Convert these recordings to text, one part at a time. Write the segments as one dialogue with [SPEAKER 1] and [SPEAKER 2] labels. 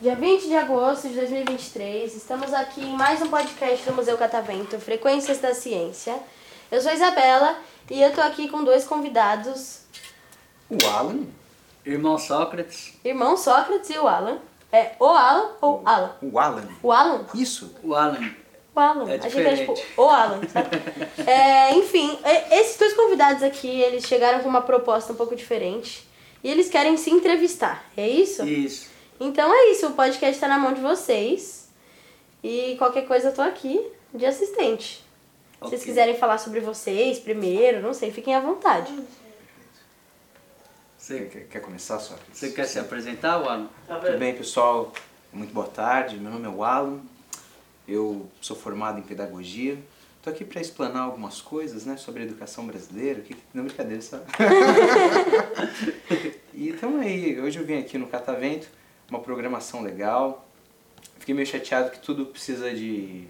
[SPEAKER 1] Dia 20 de agosto de 2023, estamos aqui em mais um podcast do Museu Catavento, Frequências da Ciência. Eu sou a Isabela e eu tô aqui com dois convidados,
[SPEAKER 2] O Alan?
[SPEAKER 3] Irmão Sócrates,
[SPEAKER 1] irmão Sócrates e o Alan. É o Alan
[SPEAKER 3] Hum.
[SPEAKER 1] ou Alan?
[SPEAKER 2] O Alan?
[SPEAKER 1] O Alan?
[SPEAKER 2] Isso?
[SPEAKER 3] o Alan.
[SPEAKER 1] O Alan.
[SPEAKER 3] É
[SPEAKER 1] a gente é tipo
[SPEAKER 3] diferente.
[SPEAKER 1] o Alan, sabe? É, enfim, e- esses dois convidados aqui, eles chegaram com uma proposta um pouco diferente e eles querem se entrevistar, é isso?
[SPEAKER 3] Isso.
[SPEAKER 1] Então é isso, o podcast tá na mão de vocês. E qualquer coisa eu tô aqui de assistente. Se vocês
[SPEAKER 3] Ok.
[SPEAKER 1] quiserem falar sobre vocês primeiro, não sei, fiquem à vontade.
[SPEAKER 2] Você
[SPEAKER 3] Você,
[SPEAKER 2] quer, quer começar, Sócrates?
[SPEAKER 3] você quer se apresentar, o Alan?
[SPEAKER 2] Tudo bem, pessoal? Muito boa tarde. Meu nome é o Alan. Eu sou formado em pedagogia. Estou aqui para explanar algumas coisas né, sobre a educação brasileira. Que, não, é brincadeira, só. E então aí, hoje eu vim aqui no Catavento, uma programação legal. Fiquei meio chateado que tudo precisa de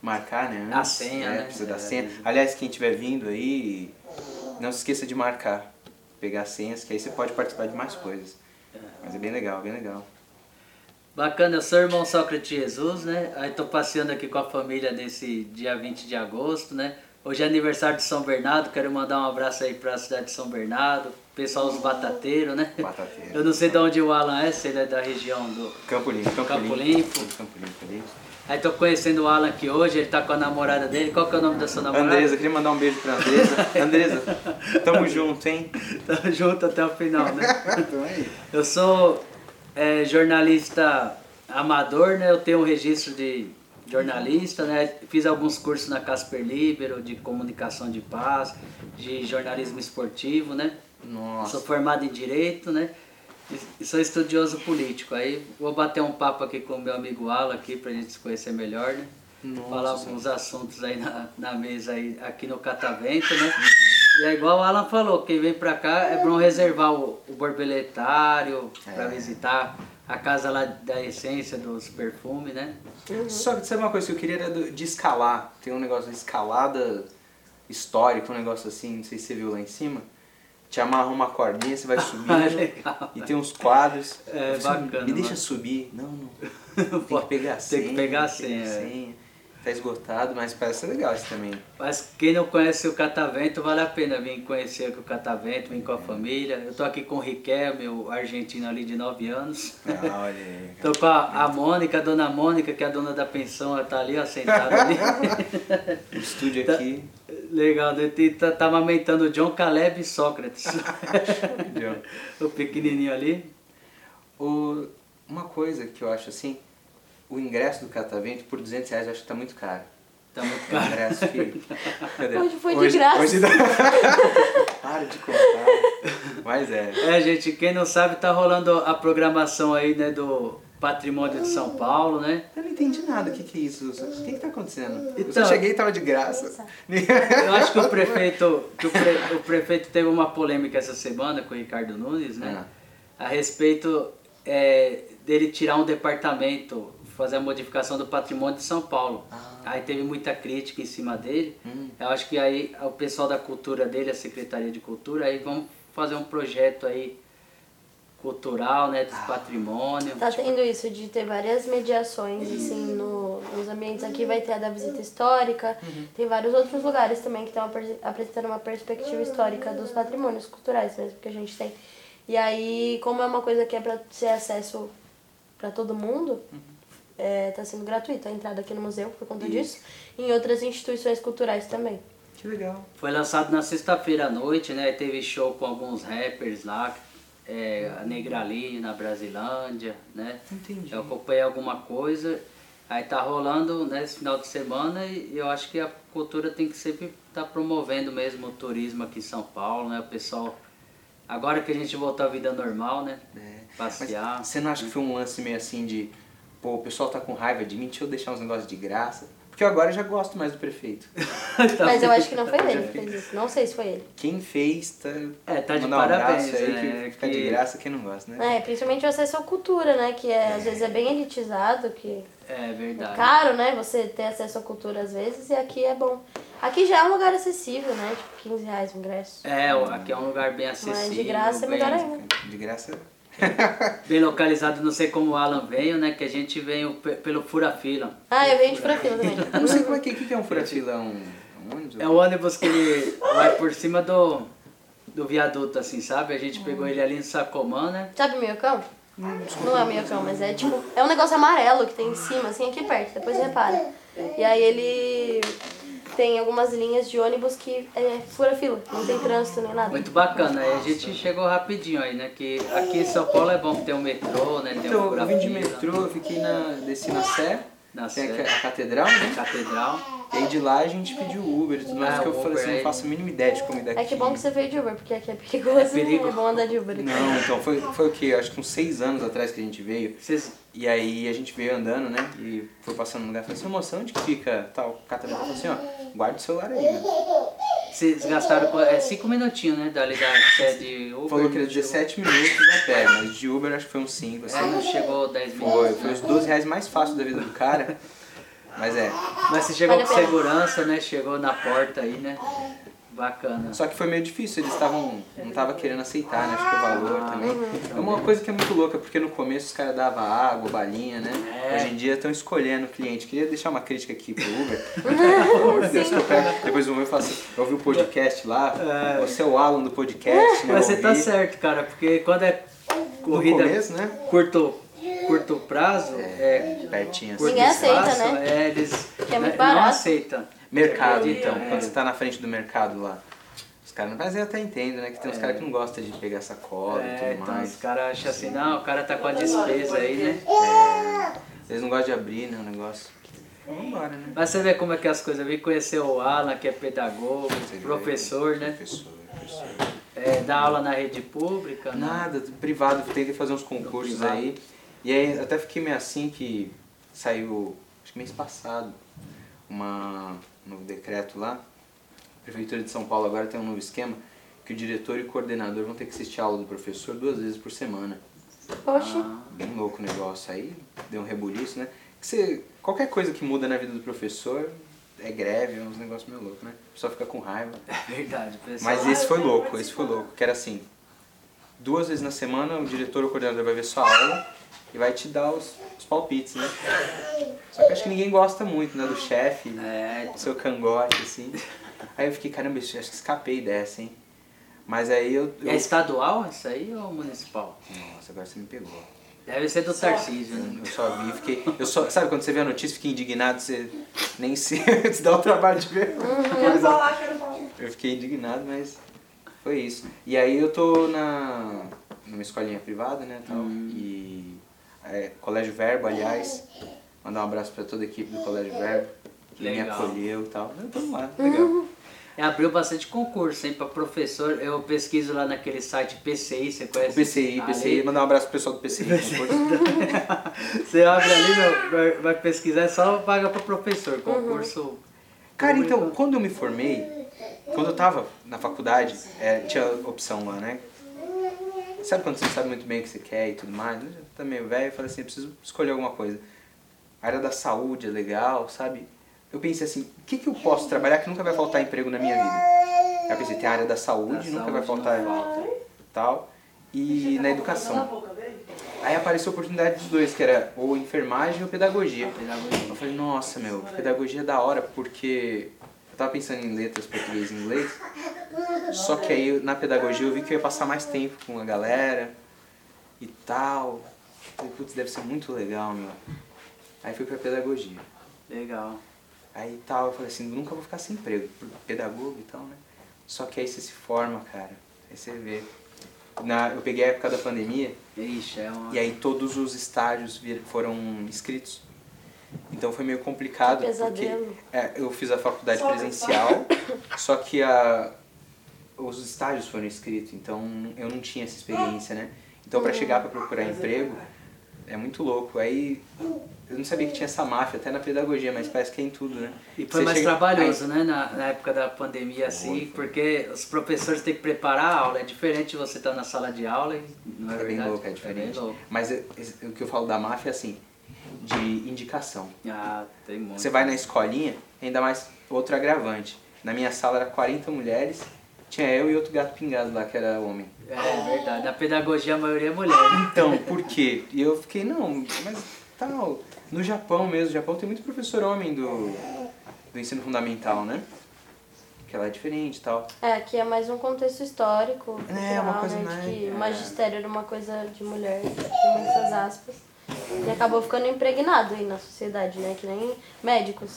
[SPEAKER 2] marcar, né?
[SPEAKER 3] A
[SPEAKER 2] antes,
[SPEAKER 3] senha, né?
[SPEAKER 2] Precisa da
[SPEAKER 3] É.
[SPEAKER 2] senha. Aliás, quem estiver vindo aí, não se esqueça de marcar, pegar senhas, que aí você pode participar de mais coisas. Mas é bem legal, bem legal.
[SPEAKER 3] Bacana, eu sou o irmão Sócrates Jesus, né? Aí tô passeando aqui com a família nesse dia 20 de agosto, né? Hoje é aniversário de São Bernardo, quero mandar um abraço aí pra cidade de São Bernardo, pessoal dos batateiros, né?
[SPEAKER 2] Batateiro.
[SPEAKER 3] Eu não sei de onde o Alan é, se ele é da região do.
[SPEAKER 2] Campo Limpo, Campo,
[SPEAKER 3] Campo
[SPEAKER 2] Limpo.
[SPEAKER 3] Limpo.
[SPEAKER 2] Campo Limpo ali.
[SPEAKER 3] Aí tô conhecendo o Alan aqui hoje, ele tá com a namorada dele. Qual que é o nome da sua namorada?
[SPEAKER 2] Andresa, queria mandar um beijo pra Andresa. Andresa, tamo junto, hein?
[SPEAKER 3] Tamo junto até o final, né?
[SPEAKER 2] Então aí.
[SPEAKER 3] Eu sou é, jornalista amador, né? Eu tenho um registro de jornalista, né? Fiz alguns cursos na Casper Libero de comunicação de paz, de jornalismo esportivo, né? Sou
[SPEAKER 2] Nossa.
[SPEAKER 3] formado em direito, né? E sou estudioso político. Aí vou bater um papo aqui com o meu amigo Alan aqui pra gente se conhecer melhor, né?
[SPEAKER 2] Nossa
[SPEAKER 3] Falar alguns assuntos aí na, na mesa aí aqui no Catavento, né?
[SPEAKER 2] Uhum.
[SPEAKER 3] E é igual o Alan falou, quem vem pra cá é bom reservar o, o borboletário pra
[SPEAKER 2] É.
[SPEAKER 3] visitar a casa lá da essência dos perfumes, né?
[SPEAKER 2] Só que sabe uma coisa que eu queria era do- de escalar. Tem um negócio de escalada histórica, um negócio assim, não sei se você viu lá em cima. Te amarra uma cordinha, você vai subindo.
[SPEAKER 3] legal.
[SPEAKER 2] e tem uns quadros.
[SPEAKER 3] É,
[SPEAKER 2] Eu falei,
[SPEAKER 3] bacana,
[SPEAKER 2] Me deixa
[SPEAKER 3] né?
[SPEAKER 2] subir. Não, não. Tem que pegar a senha.
[SPEAKER 3] Tem que pegar a
[SPEAKER 2] tem que
[SPEAKER 3] senha.
[SPEAKER 2] pegar a
[SPEAKER 3] é.
[SPEAKER 2] senha. Tá esgotado, mas parece ser legal isso também.
[SPEAKER 3] Mas quem não conhece o Catavento, vale a pena vir conhecer aqui o Catavento, vir com
[SPEAKER 2] É.
[SPEAKER 3] a família. Eu tô aqui com o Riquelme, meu argentino ali de 9 anos.
[SPEAKER 2] Ah, olha aí.
[SPEAKER 3] Tô Então, com a, a Mônica, a dona Mônica, que é a dona da pensão, ela tá ali, ó, sentada ali.
[SPEAKER 2] O estúdio aqui.
[SPEAKER 3] Legal, né? E tá, tá amamentando o John Caleb e Sócrates.
[SPEAKER 2] John.
[SPEAKER 3] o pequenininho ali.
[SPEAKER 2] O- uma coisa que eu acho assim, o ingresso do Catavento por 200 reais eu acho que tá muito caro.
[SPEAKER 3] Tá muito
[SPEAKER 2] É um
[SPEAKER 3] caro.
[SPEAKER 2] ingresso que... Cadê?
[SPEAKER 1] Hoje foi de graça.
[SPEAKER 2] hoje- Para de contar. Mas é.
[SPEAKER 3] É, gente, quem não sabe, tá rolando a programação aí, né, do Patrimônio de São Paulo, né?
[SPEAKER 2] Eu não entendi nada, o que, que é isso? O que, que tá acontecendo? eu só
[SPEAKER 3] Então-
[SPEAKER 2] cheguei e tava de graça.
[SPEAKER 3] Eu acho que o prefeito, que o, pre- o prefeito teve uma polêmica essa semana com o Ricardo Nunes, né? A respeito é, dele tirar um departamento, fazer a modificação do patrimônio de São Paulo. Aí teve muita crítica em cima dele. Eu acho que aí o pessoal da cultura dele, a Secretaria de Cultura, aí vamos fazer um projeto aí cultural, né, dos tipo, patrimônio.
[SPEAKER 1] Tá tendo isso de ter várias mediações, assim, no, nos ambientes aqui. Vai ter a da visita histórica. Tem vários outros lugares também que estão apre- apresentando uma perspectiva histórica dos patrimônios culturais mesmo que a gente tem. E aí, como é uma coisa que é pra ser acesso pra todo mundo, é, tá sendo gratuito a entrada aqui no museu por conta disso. E em outras instituições culturais também.
[SPEAKER 2] Que legal.
[SPEAKER 3] Foi lançado na sexta-feira à noite, né? Teve show com alguns rappers lá, é, a Negralina, a Brasilândia, né?
[SPEAKER 2] Entendi.
[SPEAKER 3] Eu acompanhei alguma coisa. Aí tá rolando né, esse final de semana e eu acho que a cultura tem que sempre estar promovendo mesmo o turismo aqui em São Paulo, né? O pessoal, agora que a gente voltou à vida normal, né?
[SPEAKER 2] É.
[SPEAKER 3] Passear.
[SPEAKER 2] Mas você não acha que foi um lance meio assim de, pô, o pessoal tá com raiva de mim, deixa eu deixar uns negócios de graça? Porque eu agora já gosto mais do prefeito.
[SPEAKER 3] Tá
[SPEAKER 1] Mas eu acho que não foi ele que fez isso. Não sei se foi ele.
[SPEAKER 2] Quem fez, tá.
[SPEAKER 3] É, tá de
[SPEAKER 2] mandar
[SPEAKER 3] parabéns,
[SPEAKER 2] Um abraço aí,
[SPEAKER 3] né,
[SPEAKER 2] que fica
[SPEAKER 3] que-
[SPEAKER 2] de graça quem não gosta, né?
[SPEAKER 1] É, principalmente o acesso à cultura, né? Que é, às vezes é bem elitizado, que
[SPEAKER 3] É verdade.
[SPEAKER 1] É caro, né? Você ter acesso à cultura às vezes e aqui é bom. Aqui já é um lugar acessível, né? Tipo, 15 reais o ingresso.
[SPEAKER 3] É, ó, aqui é um lugar bem acessível.
[SPEAKER 1] Mas de graça é
[SPEAKER 3] bem,
[SPEAKER 1] melhor ainda.
[SPEAKER 2] De graça.
[SPEAKER 3] bem localizado, não sei como o Alan veio, né? Que a gente veio pe- pelo Furafila.
[SPEAKER 1] Ah, eu venho de Furafila também.
[SPEAKER 2] Não sei como é que, o que que é um furafila, um, um ônibus?
[SPEAKER 3] É o ônibus que ele vai por cima do, do viaduto, assim, sabe? A gente pegou ele ali em Sacomã, né?
[SPEAKER 1] Sabe o minhocão? Não é o minhocão, mas é tipo. É um negócio amarelo que tem em cima, assim, aqui perto, depois repara. E aí ele tem algumas linhas de ônibus que é fura fila, não tem trânsito nem nada.
[SPEAKER 3] Muito bacana. Aí a gente chegou rapidinho aí, né? Que aqui em São Paulo é bom que tem um metrô, né? Tem um
[SPEAKER 2] Então, eu vim de
[SPEAKER 3] Furafila,
[SPEAKER 2] metrô, É, eu fiquei na, desci na Sé,
[SPEAKER 3] Na
[SPEAKER 2] tem
[SPEAKER 3] Sé.
[SPEAKER 2] a, ca- a catedral, né?
[SPEAKER 3] Catedral.
[SPEAKER 2] E aí de lá a gente pediu Uber e tudo mais,
[SPEAKER 3] Ah,
[SPEAKER 2] porque eu
[SPEAKER 3] Uber,
[SPEAKER 2] falei assim,
[SPEAKER 3] é.
[SPEAKER 2] não faço a mínima ideia de como ir daqui.
[SPEAKER 1] É que bom que você veio de Uber, porque aqui é perigoso.
[SPEAKER 3] É perigo.
[SPEAKER 1] É bom andar de Uber. aqui.
[SPEAKER 2] Não, então, foi, foi o quê? Acho que uns seis anos atrás que a gente veio.
[SPEAKER 3] Vocês
[SPEAKER 2] E aí a gente veio andando, né? E foi passando no lugar e falei assim, moça, onde que fica tal catedral? Ela falou assim, ó, guarda o celular aí, né?
[SPEAKER 3] vocês gastaram qu- é, cinco minutinhos, né? Dali da sede Uber.
[SPEAKER 2] Falou que era
[SPEAKER 3] não chegou-
[SPEAKER 2] 17 minutos a pé, mas de Uber acho que foi uns 5, assim.
[SPEAKER 3] É, não chegou 10
[SPEAKER 2] Foi,
[SPEAKER 3] minutos.
[SPEAKER 2] foi
[SPEAKER 3] né?
[SPEAKER 2] os 12 reais mais fácil da vida do cara. Mas é.
[SPEAKER 3] Mas você chegou
[SPEAKER 1] Vale a
[SPEAKER 3] com
[SPEAKER 1] pena.
[SPEAKER 3] segurança, né? Chegou na porta aí, né? Bacana.
[SPEAKER 2] Só que foi meio difícil, eles estavam. não tava querendo aceitar, né? Acho que o valor também. É uma coisa que é muito louca, porque no começo os caras davam água, balinha, né?
[SPEAKER 3] É.
[SPEAKER 2] Hoje em dia estão escolhendo o cliente. Queria deixar uma crítica aqui pro Uber. Pelo amor de Deus, que eu pego. Depois o Uber fala assim, eu ouvi o podcast lá, você é o Alan do podcast, né?
[SPEAKER 3] Mas você
[SPEAKER 2] eu
[SPEAKER 3] tá
[SPEAKER 2] ouvi.
[SPEAKER 3] certo, cara, porque quando é
[SPEAKER 2] No
[SPEAKER 3] corrida
[SPEAKER 2] começo, né?
[SPEAKER 3] curto, curto prazo, é.
[SPEAKER 2] Pertinho assim.
[SPEAKER 3] curto
[SPEAKER 1] Ninguém aceita,
[SPEAKER 3] espaço,
[SPEAKER 1] né?
[SPEAKER 3] É, eles
[SPEAKER 1] Que é muito
[SPEAKER 3] né, não
[SPEAKER 1] barato.
[SPEAKER 3] aceita.
[SPEAKER 2] Mercado, então.
[SPEAKER 3] É.
[SPEAKER 2] Quando você tá na frente do mercado lá. Os caras, mas eu até entendo, né? Que tem uns caras que não gostam de pegar sacola
[SPEAKER 3] É,
[SPEAKER 2] e tudo
[SPEAKER 3] então
[SPEAKER 2] mais.
[SPEAKER 3] os caras acham assim, não, o cara tá com a despesa aí, né?
[SPEAKER 2] Eles não gostam de abrir, né, o negócio. Vambora, né?
[SPEAKER 3] Mas você vê como é que é as coisas, eu vim conhecer o Alan, que é pedagogo,
[SPEAKER 2] Você
[SPEAKER 3] professor,
[SPEAKER 2] vê,
[SPEAKER 3] né?
[SPEAKER 2] Professor, professor.
[SPEAKER 3] É, dá aula na rede pública, né?
[SPEAKER 2] Nada, do privado, tentei fazer uns concursos
[SPEAKER 3] privado.
[SPEAKER 2] aí. E aí até fiquei meio assim que saiu, acho que mês passado, uma, um novo decreto lá. A Prefeitura de São Paulo agora tem um novo esquema que o diretor e o coordenador vão ter que assistir a aula do professor duas vezes por semana.
[SPEAKER 1] Oxi.
[SPEAKER 2] Bem louco o negócio aí, deu um rebuliço, né? Que você, qualquer coisa que muda na vida do professor é greve, é uns negócios meio loucos, né? O pessoal fica com raiva.
[SPEAKER 3] É verdade, pessoal.
[SPEAKER 2] Mas esse foi louco, esse foi louco, que era assim, duas vezes na semana o diretor ou coordenador vai ver sua aula e vai te dar os, os palpites, né? Só que acho que ninguém gosta muito, né, do chefe,
[SPEAKER 3] É,
[SPEAKER 2] do seu cangote, assim. Aí eu fiquei, caramba, acho que escapei dessa, hein? Mas aí eu... eu-
[SPEAKER 3] é estadual isso aí ou municipal?
[SPEAKER 2] Nossa, agora você me pegou.
[SPEAKER 3] Deve ser do Tarcísio, né?
[SPEAKER 2] Eu só vi, fiquei... Eu só, sabe quando você vê a notícia, fica indignado, você nem se... te dá o trabalho de ver.
[SPEAKER 4] Quero falar, quero falar.
[SPEAKER 2] Eu fiquei indignado, mas foi isso. E aí eu tô na numa escolinha privada, né, tal, e é, Colégio Verbo, aliás, mandar um abraço pra toda a equipe do Colégio Verbo que me
[SPEAKER 3] Legal.
[SPEAKER 2] acolheu e tal. Eu tô lá, legal.
[SPEAKER 3] É, abriu bastante concurso, hein, pra professor. Eu pesquiso lá naquele site PCI, você
[SPEAKER 2] O
[SPEAKER 3] conhece?
[SPEAKER 2] PCI,
[SPEAKER 3] Ali.
[SPEAKER 2] PCI, mandar um abraço pro pessoal do PCI, concurso.
[SPEAKER 3] Você abre ali, meu, vai, vai pesquisar, é só paga pro professor, concurso.
[SPEAKER 2] Uhum. Cara, então, quando eu me formei, quando eu tava na faculdade, é, tinha opção lá, né? Sabe quando você não sabe muito bem o que você quer e tudo mais? Eu já tô meio velho, eu falei assim, eu preciso escolher alguma coisa. A área da saúde é legal, sabe? Eu pensei assim, o que, que eu posso trabalhar que nunca vai faltar emprego na minha vida? Aí eu pensei, tem a área da saúde,
[SPEAKER 3] Da
[SPEAKER 2] nunca vai
[SPEAKER 3] saúde,
[SPEAKER 2] faltar
[SPEAKER 3] não falta.
[SPEAKER 2] tal, e na educação. Aí apareceu a oportunidade dos dois, que era ou enfermagem ou pedagogia. Eu falei, nossa, meu, pedagogia é da hora, porque eu tava pensando em letras, português e inglês, só que aí na pedagogia eu vi que eu ia passar mais tempo com a galera e tal. Falei, putz, deve ser muito legal, meu. Aí fui pra pedagogia.
[SPEAKER 3] Legal.
[SPEAKER 2] Aí tal, eu falei assim, nunca vou ficar sem emprego, pedagogo e tal, né? Só que aí você se forma, cara. Aí você vê. Na, eu peguei a época da pandemia,
[SPEAKER 3] Ixi, é uma...
[SPEAKER 2] e aí todos os estágios vir- foram inscritos. Então foi meio complicado.
[SPEAKER 1] Que pesadelo.
[SPEAKER 2] Porque, é, eu fiz a faculdade
[SPEAKER 4] Só
[SPEAKER 2] presencial, só que a, os estágios foram inscritos, então eu não tinha essa experiência, né? Então para chegar para procurar emprego é muito louco. Aí eu não sabia que tinha essa máfia, até na pedagogia, mas parece que é em tudo, né?
[SPEAKER 3] E foi
[SPEAKER 2] Você
[SPEAKER 3] mais
[SPEAKER 2] chega-
[SPEAKER 3] trabalhoso, né, na, na época da pandemia, assim, porque os professores têm que preparar a aula. É diferente você estar na sala de aula e não é,
[SPEAKER 2] É bem
[SPEAKER 3] verdade?
[SPEAKER 2] louco, é
[SPEAKER 3] É bem
[SPEAKER 2] diferente.
[SPEAKER 3] louco.
[SPEAKER 2] Mas é- é- o que eu falo da máfia é assim, de indicação.
[SPEAKER 3] Ah, tem muito.
[SPEAKER 2] Você vai na escolinha, ainda mais outro agravante. Na minha sala era 40 mulheres, tinha eu e outro gato pingado lá que era homem.
[SPEAKER 3] É verdade. Na pedagogia a maioria é mulher. né?
[SPEAKER 2] Então, por quê? E eu fiquei, não, mas tal. No Japão mesmo, no Japão tem muito professor homem do, do ensino fundamental, né? Que ela é diferente e tal.
[SPEAKER 1] É, aqui é mais um contexto histórico, cultural,
[SPEAKER 2] É, uma coisa
[SPEAKER 1] né,
[SPEAKER 2] mais-
[SPEAKER 1] de que
[SPEAKER 2] é.
[SPEAKER 1] o magistério era uma coisa de mulher, com muitas aspas. E acabou ficando impregnado aí na sociedade, né? Que nem médicos.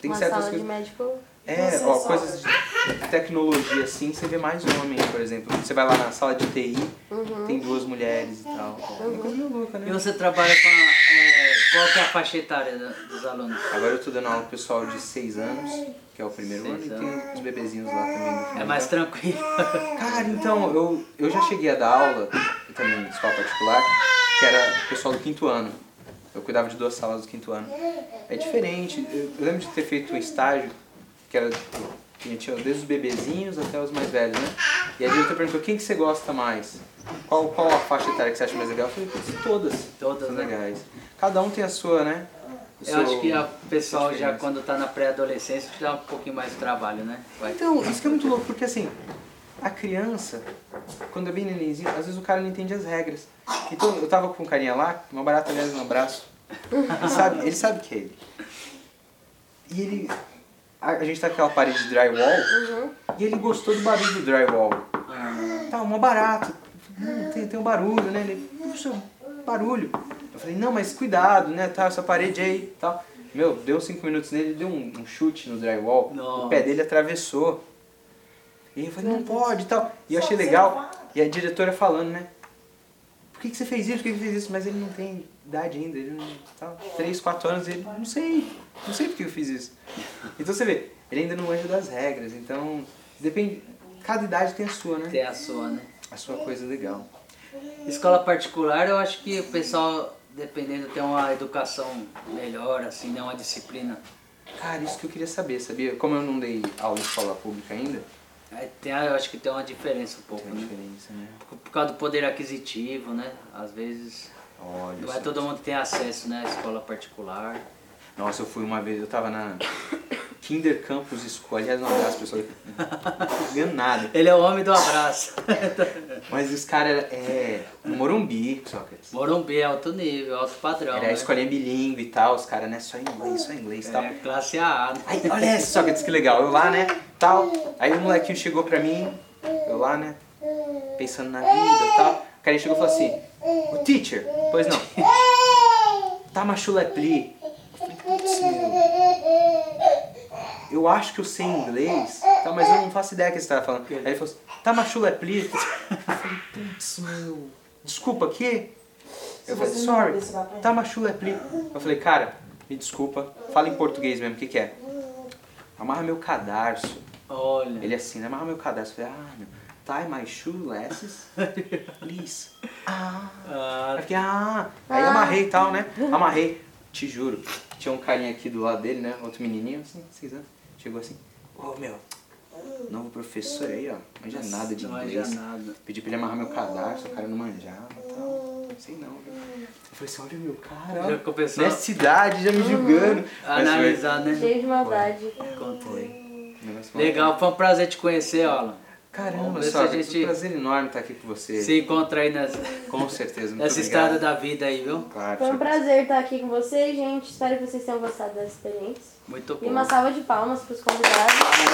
[SPEAKER 2] Tem
[SPEAKER 1] uma
[SPEAKER 2] certas
[SPEAKER 1] sala de
[SPEAKER 2] coisas.
[SPEAKER 1] médico.
[SPEAKER 2] É, ó, coisas de tecnologia assim, você vê mais homem, por exemplo. Você vai lá na sala de TI,
[SPEAKER 1] Uhum.
[SPEAKER 2] tem duas mulheres e tal. É uma coisa meio louca,
[SPEAKER 3] E
[SPEAKER 2] né?
[SPEAKER 3] você trabalha com a, é, qual que é a faixa etária da- dos alunos?
[SPEAKER 2] Agora eu tô dando aula pro pessoal de seis anos, que é o primeiro
[SPEAKER 3] Seis
[SPEAKER 2] ano, e
[SPEAKER 3] anos.
[SPEAKER 2] tem os bebezinhos lá também. no
[SPEAKER 3] É
[SPEAKER 2] fundamental.
[SPEAKER 3] mais tranquilo.
[SPEAKER 2] Cara, então, eu, eu já cheguei a dar aula, eu também em escola particular, que era o pessoal do quinto ano. Eu cuidava de duas salas do quinto ano. É diferente. Eu eu lembro de ter feito um estágio, que era. tipo, que Tinha desde os bebezinhos até os mais velhos, né? E a diretora perguntou: quem que você gosta mais? Qual, qual a faixa etária que você acha mais legal? Eu falei: "Putz, todas.
[SPEAKER 3] Todas,
[SPEAKER 2] são
[SPEAKER 3] né?
[SPEAKER 2] legais. Cada um tem a sua, né? O
[SPEAKER 3] Eu acho
[SPEAKER 2] seu-
[SPEAKER 3] que a pessoal já
[SPEAKER 2] diferença.
[SPEAKER 3] quando tá na pré-adolescência dá um pouquinho mais de trabalho, né? Vai.
[SPEAKER 2] Então, isso que é muito louco, porque assim, a criança, quando é bem nenenzinho, às vezes o cara não entende as regras. Então, eu tava com um carinha lá, uma barata, aliás, no braço. Ele sabe, ele sabe que é ele. E ele. A, a gente tá com aquela parede de drywall,
[SPEAKER 1] Uhum.
[SPEAKER 2] e ele gostou do barulho do drywall.
[SPEAKER 3] Ah,
[SPEAKER 2] Tá, uma barata. Hum, tem, tem um barulho, né? Ele, puxa, um barulho. Eu falei, não, mas cuidado, né? Tá, essa parede aí tal. Meu, deu cinco minutos nele, deu um, um chute no drywall.
[SPEAKER 3] Nossa.
[SPEAKER 2] O pé dele atravessou. E eu falei, não pode e tal. E eu achei legal. E a diretora falando, né? Por que, que você fez isso? Por que, que você fez isso? Mas ele não tem idade ainda, ele não tá, 3, 4 anos, ele não sei, não sei por que eu fiz isso. Então você vê, ele ainda não manja das regras, então depende, cada idade tem a sua, né?
[SPEAKER 3] tem a sua, né?
[SPEAKER 2] A sua coisa é legal.
[SPEAKER 3] Escola particular, eu acho que o pessoal, dependendo, tem uma educação melhor, assim, né? Uma disciplina.
[SPEAKER 2] Cara, isso que eu queria saber, sabia? Como eu não dei aula em escola pública ainda,
[SPEAKER 3] Aí tem, a- eu acho que tem uma diferença um pouco,
[SPEAKER 2] tem uma
[SPEAKER 3] né?
[SPEAKER 2] diferença, né?
[SPEAKER 3] Por, por causa do poder aquisitivo, né? Às vezes
[SPEAKER 2] Olha
[SPEAKER 3] não é
[SPEAKER 2] só.
[SPEAKER 3] todo mundo que tem acesso, né? à Escola particular.
[SPEAKER 2] Nossa, eu fui uma vez, eu tava na Kinder Campus School, aliás, não abraço, pessoal. Enganado.
[SPEAKER 3] Ele é o homem do abraço.
[SPEAKER 2] Mas os caras, é, no Morumbi, Sócrates.
[SPEAKER 3] Morumbi é alto nível, alto padrão.
[SPEAKER 2] Era
[SPEAKER 3] né?
[SPEAKER 2] a escolinha bilíngue e tal, os caras, né, só inglês, só inglês e tal.
[SPEAKER 3] É classe A, né?
[SPEAKER 2] Aí, olha essa, Sócrates, que legal. Eu lá, né? Tal. Aí o molequinho chegou pra mim, eu lá, né? Pensando na vida e tal. O cara chegou e falou assim: O teacher? Pois não. "Tá Tamachulapli. Eu acho que eu sei inglês, tá, mas eu não faço ideia do que você tava falando. Aí ele falou assim: Tamachulapli. Eu falei: Putz, meu. Desculpa, que? Eu falei: Sorry. Tamachulapli. Eu falei: Cara, me desculpa. Fala em português mesmo, o que, que é? Amarra meu cadarço.
[SPEAKER 3] Olha.
[SPEAKER 2] Ele assim, né? Amarra meu cadarço. Eu falei, ah, meu. Tie my shoelaces, please. Ah.
[SPEAKER 3] Ah,
[SPEAKER 2] Aí eu fiquei, ah. Aí amarrei e tal, né? Amarrei. Te juro. Tinha um carinha aqui do lado dele, né? Outro menininho, assim, seis anos. Chegou assim, ô, meu. Novo professor aí, ó. Manja nada de
[SPEAKER 3] não é
[SPEAKER 2] inglês.
[SPEAKER 3] nada.
[SPEAKER 2] Pedi pra ele amarrar meu cadarço, o cara não manjava e tal. Não sei não, viu? Eu falei assim, olha meu cara,
[SPEAKER 3] Já
[SPEAKER 2] ó,
[SPEAKER 3] começou
[SPEAKER 2] nessa idade, já me julgando.
[SPEAKER 3] a analisar, né?
[SPEAKER 1] Cheio de maldade.
[SPEAKER 3] Contei.
[SPEAKER 2] Legal.
[SPEAKER 3] Legal, foi um prazer te conhecer, Alan. Vamos
[SPEAKER 2] Caramba,
[SPEAKER 3] ver se
[SPEAKER 2] só,
[SPEAKER 3] a
[SPEAKER 2] gente...
[SPEAKER 3] gente-
[SPEAKER 2] um prazer enorme estar aqui com você.
[SPEAKER 3] Se encontra aí nas-
[SPEAKER 2] Com certeza, muito
[SPEAKER 3] nessa
[SPEAKER 2] obrigado.
[SPEAKER 3] estrada da vida aí, viu?
[SPEAKER 2] Claro,
[SPEAKER 1] Foi um
[SPEAKER 2] senhor.
[SPEAKER 1] prazer estar aqui com vocês, gente. Espero que vocês tenham gostado da experiência.
[SPEAKER 3] Muito
[SPEAKER 1] E
[SPEAKER 3] bom.
[SPEAKER 1] uma salva de palmas pros convidados.